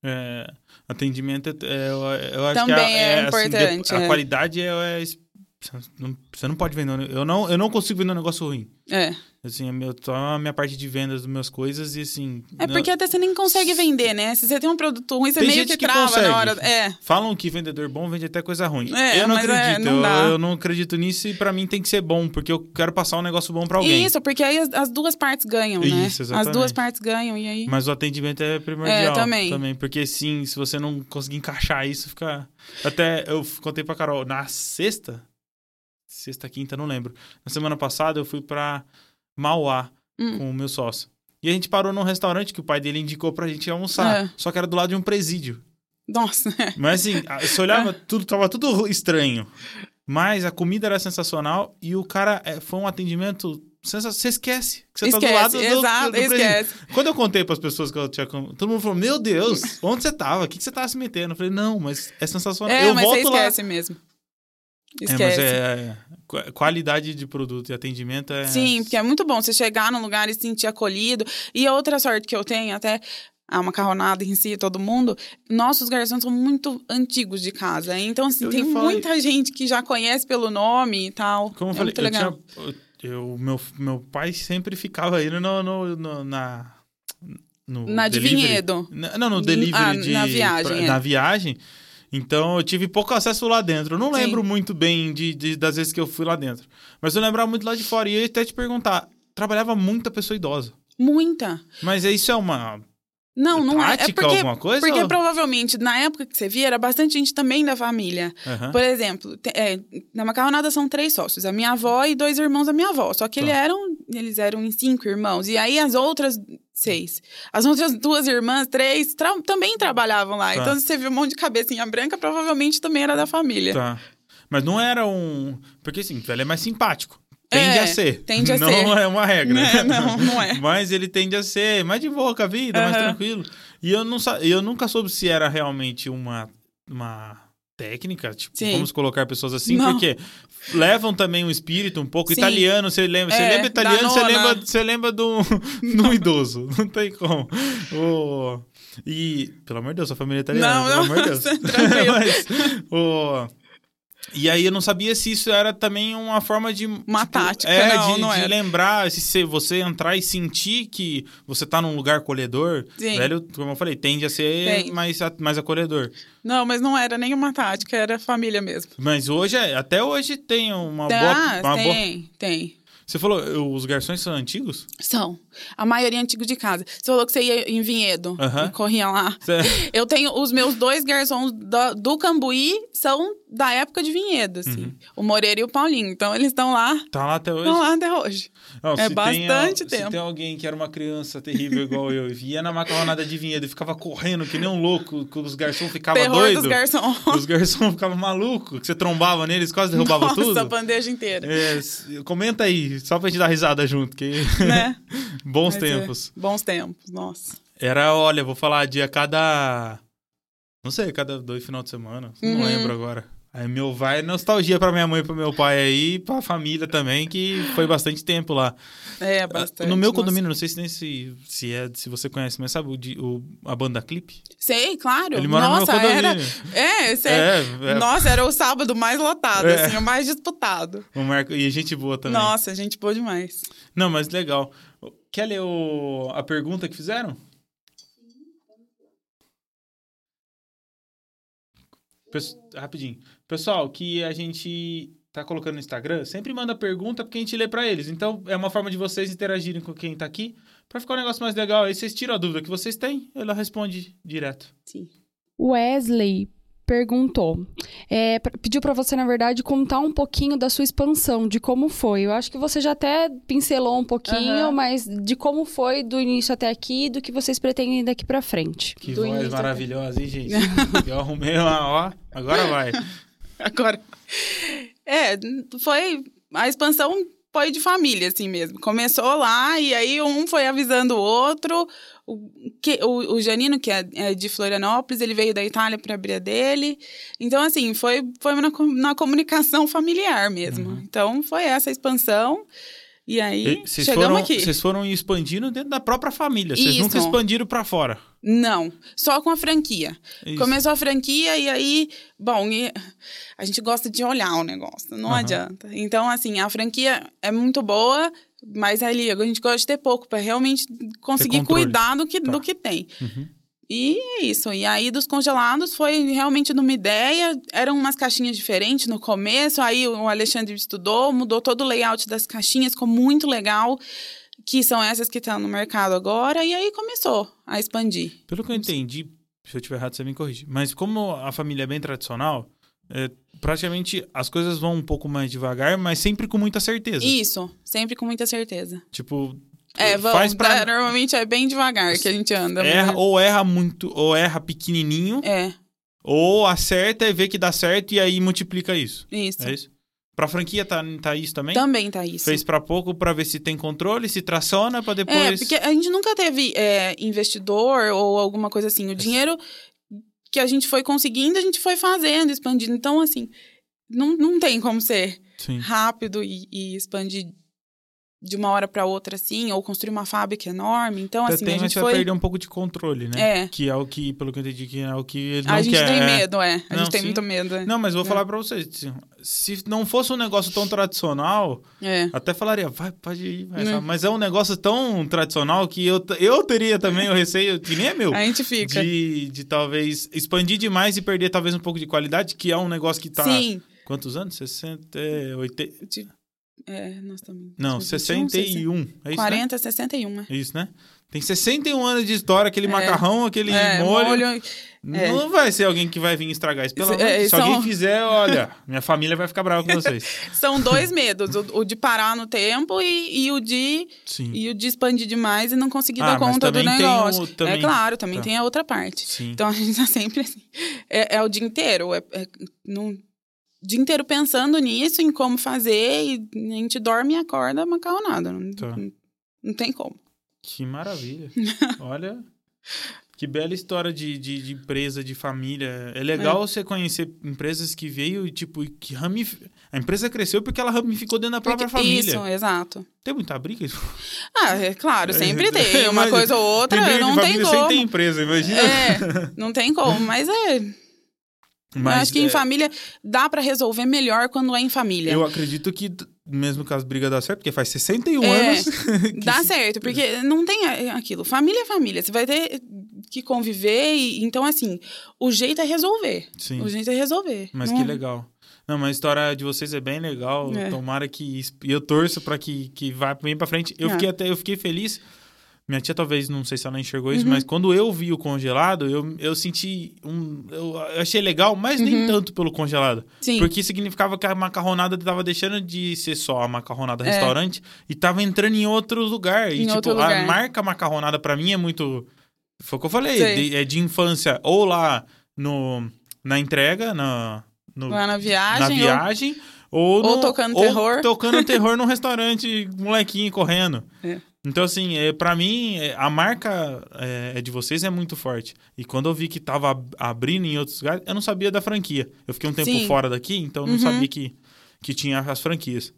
[SPEAKER 1] É, atendimento, é, é, eu, eu acho que
[SPEAKER 2] Também é
[SPEAKER 1] assim, de-
[SPEAKER 2] importante,
[SPEAKER 1] a
[SPEAKER 2] é.
[SPEAKER 1] qualidade é. é es- você não- você não pode vender. um ne- Eu não, eu não consigo vender um negócio ruim.
[SPEAKER 2] É.
[SPEAKER 1] Assim, é meu, só a minha parte de vendas das minhas coisas e assim.
[SPEAKER 2] É
[SPEAKER 1] não-
[SPEAKER 2] porque até você nem consegue vender, né? Se você tem um produto ruim, você
[SPEAKER 1] Tem
[SPEAKER 2] meio
[SPEAKER 1] gente
[SPEAKER 2] que,
[SPEAKER 1] que
[SPEAKER 2] trava
[SPEAKER 1] consegue.
[SPEAKER 2] na hora. É.
[SPEAKER 1] Falam que vendedor bom vende até coisa ruim.
[SPEAKER 2] É,
[SPEAKER 1] eu não
[SPEAKER 2] mas é,
[SPEAKER 1] acredito.
[SPEAKER 2] não dá.
[SPEAKER 1] eu, eu não acredito nisso e pra mim tem que ser bom, porque eu quero passar um negócio bom pra alguém.
[SPEAKER 2] Isso, porque aí as, as duas partes ganham, né?
[SPEAKER 1] Isso,
[SPEAKER 2] as duas
[SPEAKER 1] exatamente.
[SPEAKER 2] partes ganham, e aí.
[SPEAKER 1] Mas o atendimento é primordial
[SPEAKER 2] É, também.
[SPEAKER 1] Porque sim, se você não conseguir encaixar isso, fica. Até eu f- contei pra Carol, na sexta. Sexta, quinta, não lembro. Na semana passada eu fui pra Mauá
[SPEAKER 2] Hum.
[SPEAKER 1] com o meu sócio. E a gente parou num restaurante que o pai dele indicou pra gente almoçar.
[SPEAKER 2] É.
[SPEAKER 1] Só que era do lado de um presídio.
[SPEAKER 2] Nossa,
[SPEAKER 1] Mas assim, a- você
[SPEAKER 2] (laughs) É.
[SPEAKER 1] olhava, tudo, tava tudo estranho. Mas a comida era sensacional e o cara é, foi um atendimento. sensa- Você esquece que você tá do lado
[SPEAKER 2] esquece.
[SPEAKER 1] do,
[SPEAKER 2] Exato,
[SPEAKER 1] do presídio.
[SPEAKER 2] esquece.
[SPEAKER 1] Quando eu contei para as pessoas que eu tinha. com- Todo mundo falou: Meu Deus, onde você tava? O que, que você tava se metendo? Eu falei: Não, mas é sensacional.
[SPEAKER 2] É,
[SPEAKER 1] eu
[SPEAKER 2] mas você
[SPEAKER 1] volto lá.
[SPEAKER 2] esquece mesmo. Esquece.
[SPEAKER 1] É, mas é, é. Qualidade de produto e atendimento é.
[SPEAKER 2] Sim, porque é muito bom você chegar num lugar e se sentir acolhido. E a outra sorte que eu tenho, até a macarronada em si, todo mundo, nossos garçons são muito antigos de casa. Então, assim,
[SPEAKER 1] Eu
[SPEAKER 2] tem
[SPEAKER 1] ia falar
[SPEAKER 2] muita gente que já conhece pelo nome e tal.
[SPEAKER 1] Como eu
[SPEAKER 2] é
[SPEAKER 1] falei,
[SPEAKER 2] muito
[SPEAKER 1] eu
[SPEAKER 2] legal.
[SPEAKER 1] tinha. eu- meu, meu pai sempre ficava indo no, no- no- na. No
[SPEAKER 2] Na de
[SPEAKER 1] um delivery.
[SPEAKER 2] vinhedo.
[SPEAKER 1] Na- Não, no
[SPEAKER 2] Ah,
[SPEAKER 1] delivery de.
[SPEAKER 2] na viagem, é.
[SPEAKER 1] Na viagem. Então eu tive pouco acesso lá dentro. Eu não
[SPEAKER 2] Sim.
[SPEAKER 1] lembro muito bem de, de- das vezes que eu fui lá dentro. Mas eu lembrava muito lá de fora. E eu ia até te perguntar: trabalhava muita pessoa idosa.
[SPEAKER 2] Muita.
[SPEAKER 1] Mas é- isso é uma
[SPEAKER 2] Não, não é. É
[SPEAKER 1] tática,
[SPEAKER 2] porque,
[SPEAKER 1] alguma coisa?
[SPEAKER 2] porque
[SPEAKER 1] ou-
[SPEAKER 2] provavelmente, na época que você via, era bastante gente também da família.
[SPEAKER 1] Aham.
[SPEAKER 2] Por exemplo, te- é, na macarronada são três sócios, a minha avó e dois irmãos da minha avó. Só que
[SPEAKER 1] Tá.
[SPEAKER 2] eles eram, eles eram em cinco irmãos. E aí as outras seis, as outras duas irmãs, três, tra- também trabalhavam lá.
[SPEAKER 1] Tá.
[SPEAKER 2] Então se você viu um monte de cabecinha branca, provavelmente também era da família.
[SPEAKER 1] Tá. Mas não era um... Porque assim, ele é mais simpático. Tende
[SPEAKER 2] É,
[SPEAKER 1] a ser.
[SPEAKER 2] tende a
[SPEAKER 1] (laughs) não
[SPEAKER 2] ser.
[SPEAKER 1] é uma regra.
[SPEAKER 2] Né?
[SPEAKER 1] (laughs)
[SPEAKER 2] Não, não é.
[SPEAKER 1] Mas ele tende a ser mais de boa com a vida, mais
[SPEAKER 2] Aham.
[SPEAKER 1] tranquilo. E eu, não, sa- eu nunca soube se era realmente uma, uma técnica, tipo,
[SPEAKER 2] Sim.
[SPEAKER 1] vamos colocar pessoas assim,
[SPEAKER 2] Não.
[SPEAKER 1] porque levam também um espírito um pouco
[SPEAKER 2] Sim.
[SPEAKER 1] italiano, você lembra, você
[SPEAKER 2] É, né?
[SPEAKER 1] lembra italiano, você
[SPEAKER 2] Danona.
[SPEAKER 1] lembra, você lembra de
[SPEAKER 2] (laughs)
[SPEAKER 1] um, de um idoso, não tem como. O- E, pelo amor de Deus, a família é italiana,
[SPEAKER 2] Não,
[SPEAKER 1] pelo
[SPEAKER 2] não,
[SPEAKER 1] amor de Deus.
[SPEAKER 2] (laughs)
[SPEAKER 1] (laughs)
[SPEAKER 2] tranquilo.
[SPEAKER 1] Mas, o- E aí eu não sabia se isso era também uma forma de
[SPEAKER 2] Uma tática,
[SPEAKER 1] é,
[SPEAKER 2] não,
[SPEAKER 1] de,
[SPEAKER 2] não
[SPEAKER 1] de
[SPEAKER 2] era.
[SPEAKER 1] lembrar, se se você entrar e sentir que você tá num lugar acolhedor,
[SPEAKER 2] Sim.
[SPEAKER 1] velho, como eu falei, tende a ser
[SPEAKER 2] Tem.
[SPEAKER 1] mais, a- mais acolhedor.
[SPEAKER 2] Não, mas não era nenhuma tática, era família mesmo.
[SPEAKER 1] Mas hoje, é- até hoje tem uma
[SPEAKER 2] Tá,
[SPEAKER 1] boa... Uma boa...
[SPEAKER 2] tem, tem.
[SPEAKER 1] Você falou, eu- os garçons são antigos?
[SPEAKER 2] São. A maioria é antigo de casa. Você falou que você ia em vinhedo
[SPEAKER 1] Aham.
[SPEAKER 2] e corria lá.
[SPEAKER 1] Cê- (laughs)
[SPEAKER 2] (laughs) Eu tenho os meus dois garçons da- do Cambuí são da época de vinhedo, assim.
[SPEAKER 1] Uhum.
[SPEAKER 2] O Moreira e o Paulinho. Então eles estão lá,
[SPEAKER 1] Tá lá até hoje?
[SPEAKER 2] estão lá até hoje.
[SPEAKER 1] Não,
[SPEAKER 2] É
[SPEAKER 1] se
[SPEAKER 2] bastante
[SPEAKER 1] tem, al- Se
[SPEAKER 2] tempo.
[SPEAKER 1] tem alguém que era uma criança terrível igual eu e ia na macarronada de vinhedo e ficava correndo que nem um louco, que os garçons ficavam
[SPEAKER 2] Terror
[SPEAKER 1] doidos.
[SPEAKER 2] dos garçons.
[SPEAKER 1] (laughs) Os garçons ficavam malucos, que você trombava neles, quase derrubava
[SPEAKER 2] Nossa,
[SPEAKER 1] tudo.
[SPEAKER 2] a
[SPEAKER 1] (laughs)
[SPEAKER 2] bandeja inteira.
[SPEAKER 1] É, s- comenta aí, só pra gente dar risada junto, que
[SPEAKER 2] Né?
[SPEAKER 1] bons
[SPEAKER 2] Mas é,
[SPEAKER 1] tempos.
[SPEAKER 2] bons tempos, nossa.
[SPEAKER 1] Era, olha, vou falar de a cada. Não sei, cada dois final de semana. Não
[SPEAKER 2] Uhum.
[SPEAKER 1] lembro agora. Aí meu vai, nostalgia pra minha mãe, pro meu pai aí, pra família também, que foi bastante tempo lá.
[SPEAKER 2] É, bastante.
[SPEAKER 1] Ah, no meu
[SPEAKER 2] nossa.
[SPEAKER 1] condomínio, não sei se tem se, se, é, se você conhece, mas sabe o, de- o- a banda Clipe?
[SPEAKER 2] Sei, claro.
[SPEAKER 1] Ele mora
[SPEAKER 2] nossa,
[SPEAKER 1] no meu
[SPEAKER 2] era.
[SPEAKER 1] condomínio.
[SPEAKER 2] É, sei.
[SPEAKER 1] É, é.
[SPEAKER 2] Nossa, era o sábado mais lotado,
[SPEAKER 1] É.
[SPEAKER 2] assim, o mais disputado.
[SPEAKER 1] O Marco, e gente boa também.
[SPEAKER 2] Nossa, gente boa demais.
[SPEAKER 1] Não, mas legal. Quer ler o- a pergunta que fizeram? Pes- Rapidinho. Pessoal, que a gente tá colocando no Instagram, sempre manda pergunta porque a gente lê pra eles. Então, é uma forma de vocês interagirem com quem tá aqui pra ficar um negócio mais legal. Aí vocês tiram a dúvida que vocês têm, ela responde direto.
[SPEAKER 2] Sim.
[SPEAKER 3] Wesley perguntou, é, pra- pediu para você, na verdade, contar um pouquinho da sua expansão, de como foi. Eu acho que você já até pincelou um pouquinho,
[SPEAKER 2] Aham.
[SPEAKER 3] mas de como foi do início até aqui e do que vocês pretendem daqui para frente.
[SPEAKER 1] Que
[SPEAKER 3] Do
[SPEAKER 1] voz
[SPEAKER 3] início até-
[SPEAKER 1] maravilhosa, hein,
[SPEAKER 2] (laughs)
[SPEAKER 1] gente? Eu arrumei uma, ó. Agora vai.
[SPEAKER 2] Agora. É, foi. A expansão foi de família, assim mesmo. Começou lá e aí um foi avisando o outro. O, que, o, o Janino, que é, é de Florianópolis, ele veio da Itália para abrir a dele. Então, assim, foi, foi na, com- na comunicação familiar mesmo.
[SPEAKER 1] Uhum.
[SPEAKER 2] Então, foi essa a expansão. E aí,
[SPEAKER 1] E Vocês
[SPEAKER 2] chegamos
[SPEAKER 1] foram,
[SPEAKER 2] aqui.
[SPEAKER 1] vocês foram expandindo dentro da própria família. Vocês
[SPEAKER 2] Isso.
[SPEAKER 1] nunca expandiram pra fora.
[SPEAKER 2] Não, só com a franquia.
[SPEAKER 1] É Isso.
[SPEAKER 2] Começou a franquia e aí, bom, e a gente gosta de olhar o negócio, não
[SPEAKER 1] Aham.
[SPEAKER 2] adianta. Então, assim, a franquia é muito boa, mas ali a gente gosta de ter pouco para realmente conseguir
[SPEAKER 1] controle.
[SPEAKER 2] cuidar do que,
[SPEAKER 1] Tá.
[SPEAKER 2] do que tem.
[SPEAKER 1] Uhum.
[SPEAKER 2] E é isso. E aí, dos congelados, foi realmente numa ideia. Eram umas caixinhas diferentes no começo. Aí o Alexandre estudou, mudou todo o layout das caixinhas, ficou muito legal. Que são essas que estão no mercado agora. E aí começou a expandir.
[SPEAKER 1] Pelo que eu entendi, se eu estiver errado, você me corrige. Mas como a família é bem tradicional, é, praticamente as coisas vão um pouco mais devagar, mas sempre com muita certeza.
[SPEAKER 2] Isso, sempre com muita certeza.
[SPEAKER 1] Tipo,
[SPEAKER 2] É, vamos,
[SPEAKER 1] faz pra...
[SPEAKER 2] é, normalmente é bem devagar que a gente anda. mas-
[SPEAKER 1] Erra, ou erra muito, ou erra pequenininho,
[SPEAKER 2] É,
[SPEAKER 1] ou acerta e vê que dá certo e aí multiplica isso.
[SPEAKER 2] isso.
[SPEAKER 1] É isso? Pra franquia tá, tá isso também?
[SPEAKER 2] Também tá isso.
[SPEAKER 1] Fez pra pouco pra ver se tem controle, se traciona pra depois...
[SPEAKER 2] É, porque a gente nunca teve é, investidor ou alguma coisa assim. O dinheiro que a gente foi conseguindo, a gente foi fazendo, expandindo. Então, assim, não, não tem como ser
[SPEAKER 1] Sim.
[SPEAKER 2] rápido e, e expandir de uma hora para outra, assim, ou construir uma fábrica enorme. Então,
[SPEAKER 1] Até
[SPEAKER 2] assim,
[SPEAKER 1] tem,
[SPEAKER 2] a
[SPEAKER 1] mas
[SPEAKER 2] gente
[SPEAKER 1] você
[SPEAKER 2] foi.
[SPEAKER 1] vai perder um pouco de controle, né?
[SPEAKER 2] É.
[SPEAKER 1] Que é o que, pelo que eu entendi, que é o que ele não
[SPEAKER 2] A gente
[SPEAKER 1] quer.
[SPEAKER 2] tem
[SPEAKER 1] é.
[SPEAKER 2] medo, é. A
[SPEAKER 1] Não,
[SPEAKER 2] gente tem
[SPEAKER 1] sim.
[SPEAKER 2] muito medo. é.
[SPEAKER 1] Não, mas vou
[SPEAKER 2] É.
[SPEAKER 1] falar pra vocês. assim, Se não fosse um negócio tão tradicional,
[SPEAKER 2] É.
[SPEAKER 1] até falaria, vai, pode ir, vai,
[SPEAKER 2] Né?
[SPEAKER 1] sabe? mas é um negócio tão tradicional que eu, t- eu teria também o receio, que nem é meu,
[SPEAKER 2] A gente fica.
[SPEAKER 1] de, de talvez expandir demais e perder talvez um pouco de qualidade, que é um negócio que tá.
[SPEAKER 2] Sim.
[SPEAKER 1] Quantos anos? 60. é, 80.
[SPEAKER 2] De- É, nós também.
[SPEAKER 1] Não,
[SPEAKER 2] 61,
[SPEAKER 1] 61. É isso, 40.
[SPEAKER 2] 40, 61, é.
[SPEAKER 1] né? É isso, né? Tem 61 anos de história, aquele
[SPEAKER 2] É.
[SPEAKER 1] macarrão, aquele
[SPEAKER 2] É,
[SPEAKER 1] molho.
[SPEAKER 2] molho. é.
[SPEAKER 1] Não vai ser alguém que vai vir estragar isso. Pelo
[SPEAKER 2] Isso-
[SPEAKER 1] amor de
[SPEAKER 2] é,
[SPEAKER 1] Deus. Se
[SPEAKER 2] são-
[SPEAKER 1] alguém fizer, olha, minha família vai ficar brava com
[SPEAKER 2] (laughs)
[SPEAKER 1] vocês.
[SPEAKER 2] São dois medos, o, o de parar no tempo e, e o de,
[SPEAKER 1] Sim.
[SPEAKER 2] e o de expandir demais e não conseguir
[SPEAKER 1] Ah,
[SPEAKER 2] dar
[SPEAKER 1] mas
[SPEAKER 2] conta do
[SPEAKER 1] também tem o-
[SPEAKER 2] negócio.
[SPEAKER 1] também-
[SPEAKER 2] É claro, também
[SPEAKER 1] tá.
[SPEAKER 2] tem a outra parte.
[SPEAKER 1] Sim.
[SPEAKER 2] Então a gente tá sempre assim. É, é o dia inteiro. É, é num- o dia inteiro pensando nisso, em como fazer, e a gente dorme e acorda macarronado. Não,
[SPEAKER 1] Tá.
[SPEAKER 2] não, não tem como.
[SPEAKER 1] Que
[SPEAKER 2] (laughs)
[SPEAKER 1] maravilha. Olha, que bela história de, de, de empresa, de família. É legal você conhecer empresas que veio e, tipo, e que ramif... A empresa cresceu porque ela ramificou dentro da própria
[SPEAKER 2] Porque-
[SPEAKER 1] família.
[SPEAKER 2] Isso, exato.
[SPEAKER 1] Tem muita briga? (laughs)
[SPEAKER 2] Ah, é claro, sempre tem.
[SPEAKER 1] É,
[SPEAKER 2] Uma
[SPEAKER 1] mas
[SPEAKER 2] coisa ou outra,
[SPEAKER 1] tem briga
[SPEAKER 2] não
[SPEAKER 1] de
[SPEAKER 2] tem
[SPEAKER 1] família né? sem ter
[SPEAKER 2] como.
[SPEAKER 1] empresa, imagina.
[SPEAKER 2] É, não tem como, mas é. eu acho que
[SPEAKER 1] é,
[SPEAKER 2] em família dá pra resolver melhor quando é em família.
[SPEAKER 1] eu acredito que, t- mesmo que as brigas dá certo, porque faz 61
[SPEAKER 2] É,
[SPEAKER 1] anos...
[SPEAKER 2] (laughs)
[SPEAKER 1] que
[SPEAKER 2] dá
[SPEAKER 1] se-
[SPEAKER 2] certo, porque não tem é, aquilo. Família é família, você vai ter que conviver. e- então, assim, o jeito é resolver.
[SPEAKER 1] Sim.
[SPEAKER 2] O jeito é resolver.
[SPEAKER 1] Mas
[SPEAKER 2] Não-
[SPEAKER 1] que legal. Não, mas a história de vocês é bem legal.
[SPEAKER 2] É.
[SPEAKER 1] Tomara que. isso- E eu torço pra que, que vá bem pra frente. Eu
[SPEAKER 2] É.
[SPEAKER 1] fiquei até, eu fiquei feliz. Minha tia talvez, não sei se ela enxergou
[SPEAKER 2] Uhum.
[SPEAKER 1] isso, mas quando eu vi o congelado, eu, eu senti um. Eu achei legal, mas
[SPEAKER 2] Uhum.
[SPEAKER 1] nem tanto pelo congelado.
[SPEAKER 2] Sim.
[SPEAKER 1] Porque significava que a macarronada tava deixando de ser só a macarronada restaurante e tava entrando em outro lugar. e,
[SPEAKER 2] É. Em
[SPEAKER 1] tipo,
[SPEAKER 2] outro
[SPEAKER 1] a
[SPEAKER 2] lugar.
[SPEAKER 1] marca macarronada pra mim é muito. Foi o que eu falei,
[SPEAKER 2] Sei.
[SPEAKER 1] de- é de infância. Ou lá no, na entrega, na, no-
[SPEAKER 2] Lá na viagem.
[SPEAKER 1] na
[SPEAKER 2] ou-
[SPEAKER 1] viagem, ou,
[SPEAKER 2] ou
[SPEAKER 1] no-
[SPEAKER 2] tocando
[SPEAKER 1] ou
[SPEAKER 2] terror. (laughs)
[SPEAKER 1] tocando terror num restaurante, molequinho correndo.
[SPEAKER 2] É.
[SPEAKER 1] Então, assim, é, para mim, é, a marca é, é de vocês é muito forte. E quando eu vi que tava ab- abrindo em outros lugares, eu não sabia da franquia. Eu fiquei um tempo
[SPEAKER 2] Sim.
[SPEAKER 1] fora daqui, então eu não
[SPEAKER 2] Uhum.
[SPEAKER 1] sabia que, que tinha as franquias.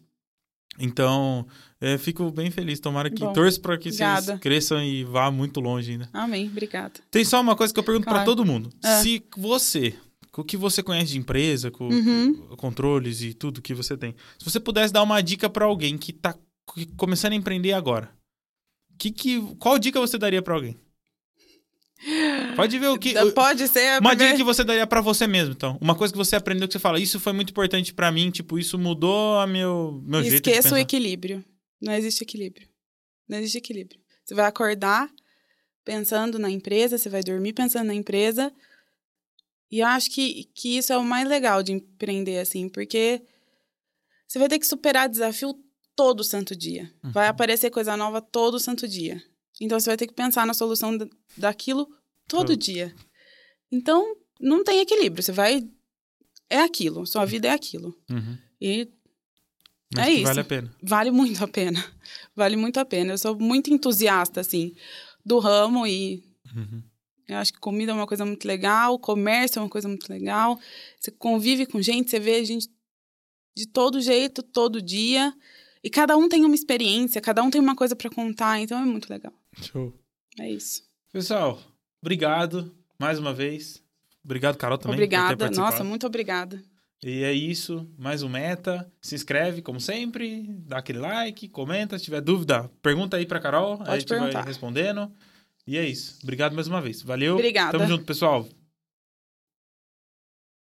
[SPEAKER 1] Então, é, fico bem feliz. Tomara que
[SPEAKER 2] Bom,
[SPEAKER 1] torço para que
[SPEAKER 2] obrigada.
[SPEAKER 1] vocês cresçam e vá muito longe ainda.
[SPEAKER 2] Amém, obrigada.
[SPEAKER 1] Tem só uma coisa que eu pergunto pra
[SPEAKER 2] Claro.
[SPEAKER 1] todo mundo.
[SPEAKER 2] Ah.
[SPEAKER 1] Se você, com o que você conhece de empresa, com
[SPEAKER 2] Uhum.
[SPEAKER 1] com controles e tudo que você tem, se você pudesse dar uma dica pra alguém que tá c- começando a empreender agora, que que, qual dica você daria pra alguém? Pode ver o que. o-
[SPEAKER 2] Então Pode ser. a
[SPEAKER 1] Uma
[SPEAKER 2] primeira-
[SPEAKER 1] dica que você daria pra você mesmo, então. Uma coisa que você aprendeu que você fala, isso foi muito importante pra mim, tipo, isso mudou a meu, meu jeito de
[SPEAKER 2] Esqueça o
[SPEAKER 1] pensar.
[SPEAKER 2] equilíbrio. Não existe equilíbrio. Não existe equilíbrio. Você vai acordar pensando na empresa, você vai dormir pensando na empresa. E eu acho que, que isso é o mais legal de empreender, assim, porque você vai ter que superar desafio todo santo dia.
[SPEAKER 1] Uhum.
[SPEAKER 2] Vai aparecer coisa nova todo santo dia. Então você vai ter que pensar na solução da- daquilo todo
[SPEAKER 1] Todo.
[SPEAKER 2] dia. Então, não tem equilíbrio. Você vai. É aquilo. Sua vida é aquilo.
[SPEAKER 1] Uhum.
[SPEAKER 2] E
[SPEAKER 1] Mas
[SPEAKER 2] É
[SPEAKER 1] que
[SPEAKER 2] isso.
[SPEAKER 1] Vale a pena.
[SPEAKER 2] vale muito a pena. Vale muito a pena. Eu sou muito entusiasta, assim, do ramo e
[SPEAKER 1] Uhum.
[SPEAKER 2] eu acho que comida é uma coisa muito legal, comércio é uma coisa muito legal. Você convive com gente, você vê gente de todo jeito, todo dia. E cada um tem uma experiência, cada um tem uma coisa pra contar, então é muito legal.
[SPEAKER 1] Show.
[SPEAKER 2] É isso.
[SPEAKER 1] Pessoal, obrigado mais uma vez. Obrigado, Carol, também. por ter
[SPEAKER 2] obrigada.
[SPEAKER 1] participado.
[SPEAKER 2] Nossa, muito obrigada.
[SPEAKER 1] E é isso, mais um meta. Se inscreve, como sempre, dá aquele like, comenta, se tiver dúvida, pergunta aí pra Carol, aí a gente
[SPEAKER 2] perguntar.
[SPEAKER 1] vai respondendo. E é isso. Obrigado mais uma vez. Valeu.
[SPEAKER 2] Obrigada.
[SPEAKER 1] Tamo junto, pessoal.